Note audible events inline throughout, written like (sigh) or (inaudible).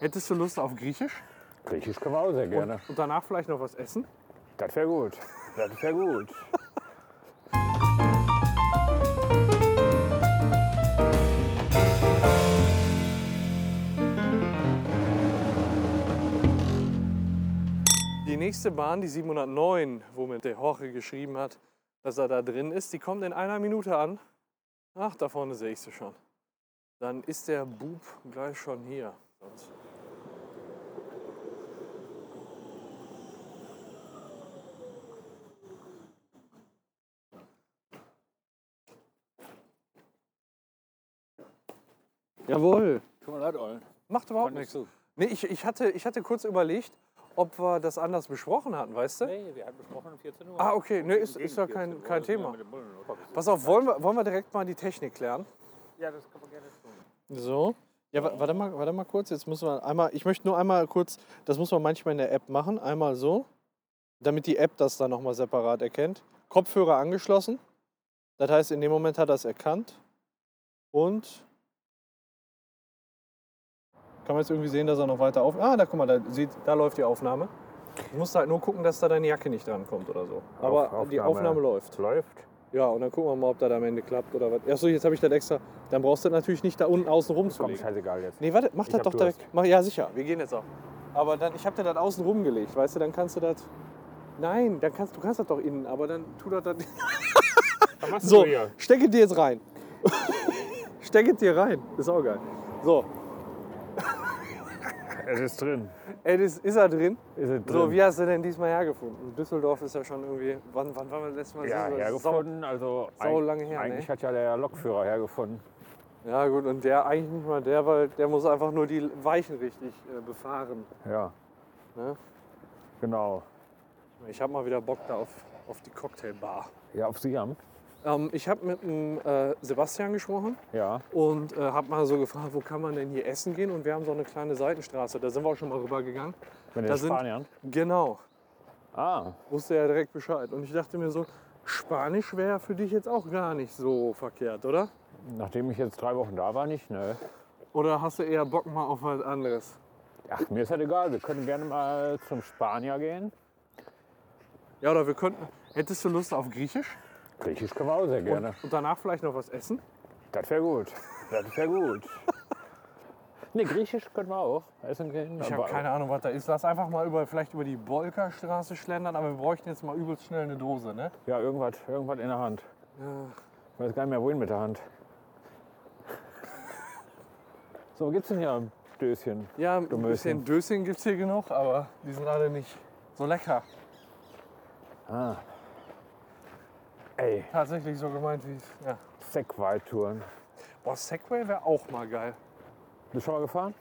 Hättest du Lust auf Griechisch? Griechisch können wir auch sehr gerne. Und danach vielleicht noch was essen? Das wäre gut. Das wäre gut. Die nächste Bahn, die 709, womit der Jorge geschrieben hat, dass er da drin ist, die kommt in einer Minute an. Ach, da vorne sehe ich sie schon. Dann ist der Bub gleich schon hier. Sonst- Jawohl. Tut mir leid, Ollen. Macht überhaupt nichts. Nee, ich, ich, hatte, ich hatte kurz überlegt, ob wir das anders besprochen hatten, weißt du? Nee, wir hatten besprochen um 14 Uhr. Ah, okay, nee, ist, ist ja kein, kein Thema. Pass auf, wollen wir, wollen wir direkt mal die Technik klären? Ja, das kann man gerne tun. So. Ja, wa- warte mal, warte mal kurz. Jetzt müssen wir einmal, ich möchte nur einmal kurz, das muss man manchmal in der App machen, einmal so, damit die App das dann nochmal separat erkennt. Kopfhörer angeschlossen. Das heißt, in dem Moment hat er es erkannt. Und kann man jetzt irgendwie sehen, dass er noch weiter auf. Ah, da guck mal, da, sieht, da läuft die Aufnahme. Du musst halt nur gucken, dass da deine Jacke nicht drankommt oder so. Aber Auf- die Aufnahme. Aufnahme läuft. Läuft. Ja, und dann gucken wir mal, ob das am Ende klappt oder was. Achso, jetzt habe ich das extra. Dann brauchst du das natürlich nicht da unten außen Komm, rumzulegen. scheißegal jetzt. Nee, warte, mach Ich das hab doch Durst. direkt. Mach, ja, sicher, wir gehen jetzt auch. Aber dann, ich habe dir das außen rumgelegt, weißt du, dann kannst du das. Nein, dann kannst, du kannst das doch innen, aber dann tu das dann. Was machst So, du hier? stecke dir jetzt rein. (laughs) stecke dir rein, ist auch geil. So, Es ist drin. ey, das ist er drin. Ist es drin? So, wie hast du denn diesmal hergefunden? Düsseldorf ist ja schon irgendwie. Wann, wann waren wir das letzte Mal? ja, Düsseldorf? hergefunden. Also sau eig- lange her, Eigentlich ne? hat ja der Lokführer hergefunden. Ja, gut, und der eigentlich nicht mal der, weil der muss einfach nur die Weichen richtig äh, befahren. Ja. Ne? Genau. Ich habe mal wieder Bock da auf, auf die Cocktailbar. Ja, auf Siam. Ähm, ich habe mit dem, äh, Sebastian gesprochen Ja. und äh, habe mal so gefragt, wo kann man denn hier essen gehen? Und wir haben so eine kleine Seitenstraße, da sind wir auch schon mal rübergegangen. Mit Da den sind- Spaniern. Genau, Ah, wusste er direkt Bescheid. Und ich dachte mir so, Spanisch wäre für dich jetzt auch gar nicht so verkehrt, oder? nachdem ich jetzt drei Wochen da war, nicht, ne? Oder hast du eher Bock mal auf was anderes? Ach, mir ist halt egal. Wir können gerne mal zum Spanier gehen. Ja, oder wir könnten, hättest du Lust auf Griechisch? Griechisch können wir auch sehr gerne. Und danach vielleicht noch was essen? Das wäre gut. Das wäre (laughs) gut. Ne, Griechisch können wir auch essen gehen. Ich habe aber- keine Ahnung, was da ist. Lass einfach mal über, vielleicht über die Bolkerstraße schlendern, aber wir bräuchten jetzt mal übelst schnell eine Dose, ne? Ja, irgendwas, irgendwas in der Hand. Ich weiß gar nicht mehr, wohin mit der Hand. So, wo gibt's denn hier ein Döschen? Ja, ein Möschen. bisschen Döschen gibt es hier genug, aber die sind alle nicht so lecker. Ah. Ey, Tatsächlich so gemeint wie es. Ja. Segway-Touren. Boah, Segway wäre auch mal geil. Bist du schon mal gefahren?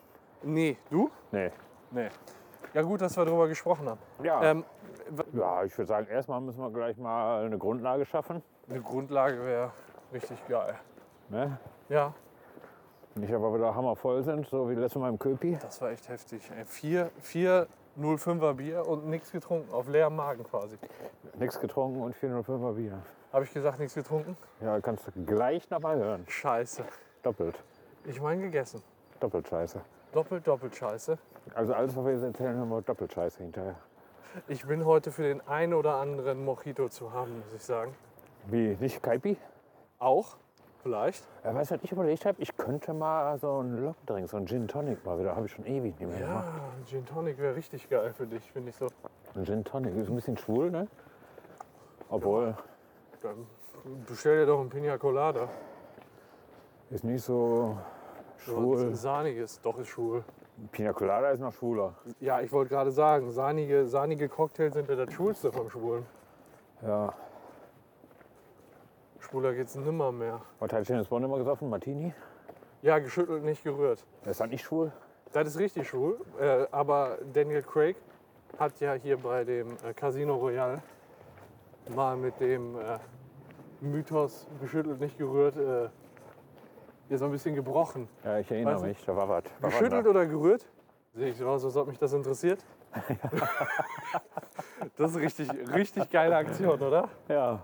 Nee, du? Nee. Nee. Ja, gut, dass wir drüber gesprochen haben. Ja, Ähm, ja ich würde sagen, erstmal müssen wir gleich mal eine Grundlage schaffen. eine Grundlage wäre richtig geil. Ne? Ja, Nicht, aber wir da hammervoll sind, so wie letztes Mal im Köpi. das war echt heftig. Ey, vier, vier 05er Bier und nichts getrunken, auf leerem Magen quasi. Nichts getrunken und 405er Bier. Habe ich gesagt, nichts getrunken? Ja, kannst du gleich nochmal hören. Scheiße. Doppelt. Ich meine gegessen. Doppelt scheiße. Doppelt, doppelt scheiße. Also alles, was wir jetzt erzählen, haben wir doppelt scheiße hinterher. Ich bin heute für den einen oder anderen Mojito zu haben, muss ich sagen. Wie, nicht Kaipi? Auch, vielleicht. Ja, weißt du, was ich überlegt habe? Ich könnte mal so einen Longdrink, so einen Gin Tonic mal wieder. Habe ich schon ewig nicht mehr gemacht. Ja, ein Gin Tonic wäre richtig geil für dich, finde ich so. Ein Gin Tonic ist ein bisschen schwul, ne? Obwohl, Dann bestell dir doch ein Pina Colada. ist nicht so So schwul. ein Sahniges, doch ist schwul. Pina Colada ist noch schwuler. Ja, ich wollte gerade sagen, sahnige, sahnige Cocktails sind ja das Schwulste vom Schwulen. Ja. Schwuler geht's nimmer mehr. Was hat James Bond immer gesoffen? Martini? Ja, geschüttelt, nicht gerührt. Ist das nicht schwul? Das ist richtig schwul. Äh, aber Daniel Craig hat ja hier bei dem äh, Casino Royale mal mit dem äh, Mythos geschüttelt, nicht gerührt, äh, hier so ein bisschen gebrochen. Ja, ich erinnere Weiß mich. Da war was. Da war Geschüttelt was. oder gerührt? Sehe ich so aus, als ob mich das interessiert. (laughs) das ist richtig, richtig geile Aktion, oder? Ja,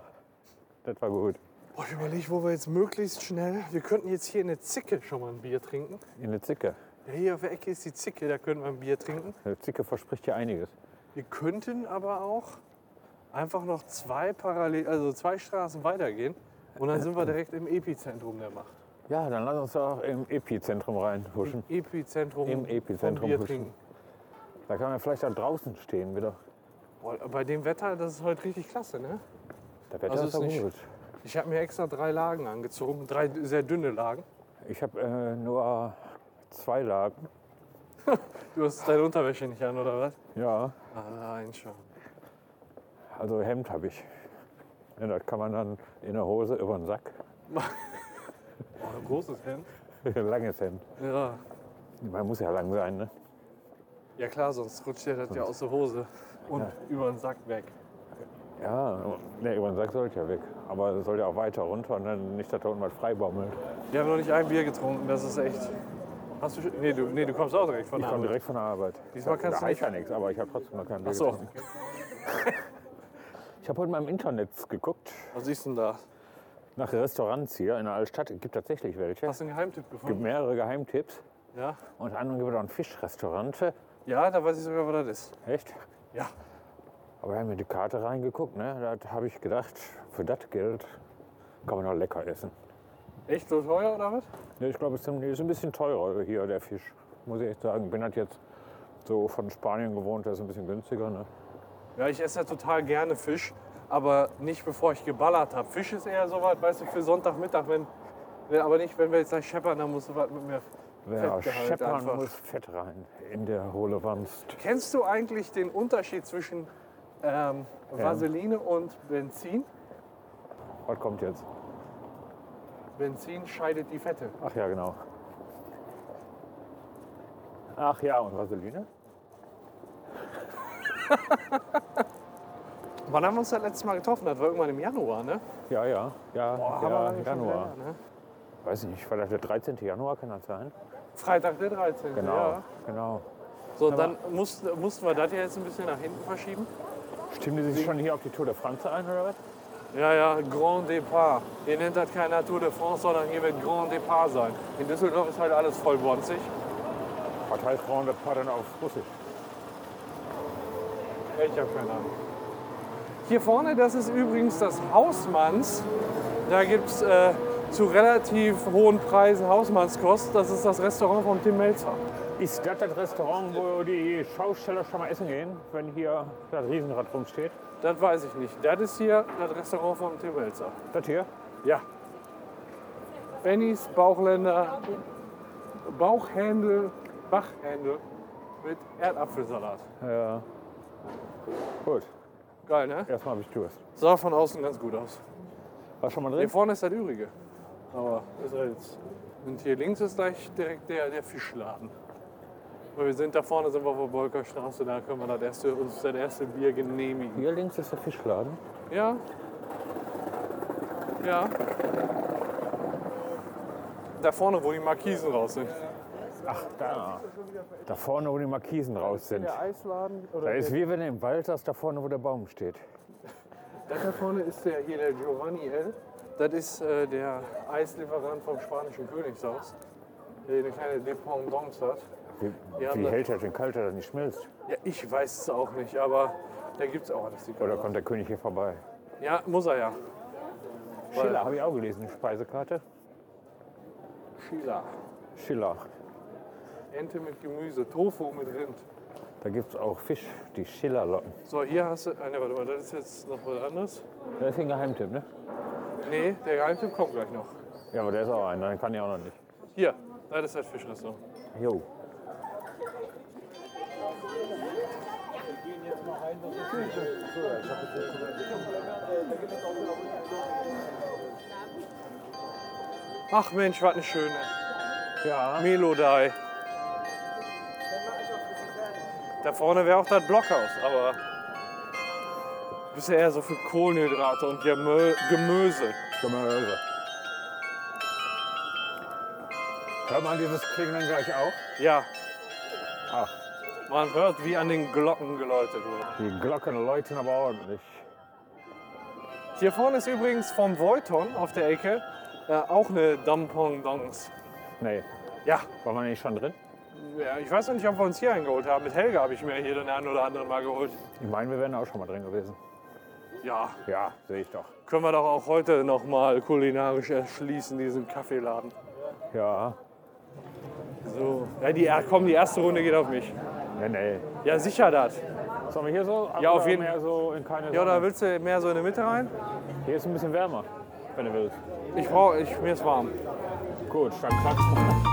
das war gut. Boah, ich überlege, wo wir jetzt möglichst schnell. Wir könnten jetzt hier in der Zicke schon mal ein Bier trinken. In der Zicke. Ja, hier auf der Ecke ist die Zicke, da können wir ein Bier trinken. Der Zicke verspricht ja einiges. Wir könnten aber auch einfach noch zwei parallel, also zwei Straßen weitergehen und dann sind wir direkt im Epizentrum der Macht. Ja, dann lass uns doch im Epizentrum reinhuschen. Hm. Epizentrum, Im Epizentrum vom Bier huschen. trinken. Da kann man vielleicht auch draußen stehen wieder. Boah, bei dem Wetter, das ist heute richtig klasse, ne? Da wird Also ja ist nicht- vermutet. Ich habe mir extra drei Lagen angezogen, drei sehr dünne Lagen. Ich habe äh, nur zwei Lagen. Du hast deine Unterwäsche nicht an, oder was? Ja, Allein schon. also Hemd habe ich. Ja, das kann man dann in der Hose über den Sack. (laughs) Boah, Oh, ein großes Hemd. Langes Hemd. Ja. Man muss ja lang sein, ne? ja klar, sonst rutscht dir das ja aus der Hose und über den Sack weg. Ja, ne, über den Sack sollte ja weg. Aber es soll ja auch weiter runter und dann nicht, dass da unten was freibaumelt. Wir haben noch nicht ein Bier getrunken, das ist echt. Hast du schon- nee, du, nee, du kommst auch direkt von Ich der komme Arbeit. direkt von der Arbeit. Diesmal Da- kannst da du heißt nicht- ja nichts, aber ich habe trotzdem mal keinen Bier Ach so, getrunken. Ich habe heute mal im Internet geguckt. was siehst du denn da? Nach Restaurants hier in der Altstadt. Es gibt tatsächlich welche. Es Hast du einen Geheimtipp gibt gefunden? mehrere Geheimtipps. Ja? Unter anderem gibt es auch ein Fischrestaurant. ja, da weiß ich sogar, wo das ist. Echt? Ja. Aber wir haben in die Karte reingeguckt. Ne? Da habe ich gedacht, für das Geld kann man doch lecker essen. Echt so teuer oder was? Ja, ich glaube, es ist ein bisschen teurer hier, der Fisch. Muss ich echt sagen. Bin halt jetzt so von Spanien gewohnt, der ist ein bisschen günstiger. Ne? Ja, ich esse ja total gerne Fisch, aber nicht bevor ich geballert habe. Fisch ist eher so was, weißt du, für Sonntagmittag, wenn, wenn aber nicht, wenn wir jetzt gleich scheppern, dann musst du was mit mir. Wer Fettgehalt scheppern einfach. muss, Fett rein in der hohle Wanst. Kennst du eigentlich den Unterschied zwischen ähm, Vaseline und Benzin? Was kommt jetzt? Benzin scheidet die Fette. Ach ja, genau. Ach ja, und Vaseline? Wann haben wir uns das letzte Mal getroffen? Das war irgendwann im Januar, ne? Ja, ja, ja, ja hammerlange schon Januar. wieder her, ne? Weiß ich nicht, war das der 13. Januar, kann das sein? Freitag der 13. Genau, Ja. genau. So, und dann mussten, mussten wir das ja jetzt ein bisschen nach hinten verschieben. Stimmen Sie sich schon hier auf die Tour de France ein, oder was? Ja, ja, Grand Départ. Hier nennt das keine Tour de France, sondern hier wird Grand Départ sein. In Düsseldorf ist halt alles voll bonzig. Was heißt Grand Depart dann auf Russisch? Ja, Ich habe keine Ahnung. Hier vorne, das ist übrigens das Hausmanns. Da gibt es äh, zu relativ hohen Preisen Hausmannskost. Das ist das Restaurant von Tim Melzer. Ist das das Restaurant, wo die Schausteller schon mal essen gehen, wenn hier das Riesenrad rumsteht? Das weiß ich nicht. Das ist hier das Restaurant von Tim Melzer. Das hier? Ja. Bennys Bauchländer, Bauchhändel, Bachhändel mit Erdapfelsalat. Ja. Gut, Geil, ne? erstmal habe ich Durst. Sah von außen ganz gut aus. War schon mal Hier drin? vorne ist das Übrige. Aber ist er jetzt. Und hier links ist gleich direkt der, der Fischladen. Weil wir sind da vorne, sind wir auf der Bolker Straße, da können wir das erste, uns das erste Bier genehmigen. Hier links ist der Fischladen. Ja? Ja. Da vorne, wo die Markisen raus sind. Ach, da. Da vorne, wo die Markisen raus sind. Der Eisladen Da oder ist wie wenn du im Wald saß, da vorne, wo der Baum steht. da vorne ist der hier der Giovanni L. Das ist äh, der Eislieferant vom spanischen Königshaus, der hier eine kleine Dependance hat. Wie, Ja, wie aber- hält er denn kalt, dass er nicht schmilzt? Ja, ich weiß es auch nicht, aber da gibt's auch das sieht Oder man. kommt der König hier vorbei? Ja, muss er ja. Schiller habe ich auch gelesen, die Speisekarte. Schila. Schiller. Ente mit Gemüse, Tofu mit Rind. Da gibt es auch Fisch, die Schillerlocken. So, hier hast du. Ah, ne, warte mal, das ist jetzt noch was anderes. Das ist ein Geheimtipp, ne? Nee, der Geheimtipp kommt gleich noch. Ja, aber der ist auch einer, den kann ich auch noch nicht. Hier, das ist das Fischrestaurant. Jo. Ach Mensch, was eine schöne. Ja, Melodei. Da vorne wäre auch das Blockhaus, aber. Du bist ja eher so für Kohlenhydrate und Gemö Gemüse. Gemüse. Hört man dieses Klingeln gleich auch? Ja, Ach, man hört, wie an den Glocken geläutet wurde. die Glocken läuten aber ordentlich. Hier vorne ist übrigens vom Voiton auf der Ecke äh, auch eine Dampongdongs. Nee, Ja, war man nicht schon drin? Ja, ich weiß noch nicht, ob wir uns hier eingeholt haben. Mit Helga habe ich mir hier den einen oder anderen mal geholt. Ich meine, wir wären auch schon mal drin gewesen. Ja, Ja, sehe ich doch. können wir doch auch heute noch mal kulinarisch erschließen, diesen Kaffeeladen. Ja, So. Ja, die, ja, komm, die erste Runde geht auf mich. nee, nee. Ja, sicher das. Sollen wir hier so? Ja, auf Oder jeden- mehr so in keine Ja, Sonne? oder willst du mehr so in die Mitte rein? Hier ist ein bisschen wärmer, wenn du willst. Ich brauche, ich, mir ist warm. Gut, dann quatschen.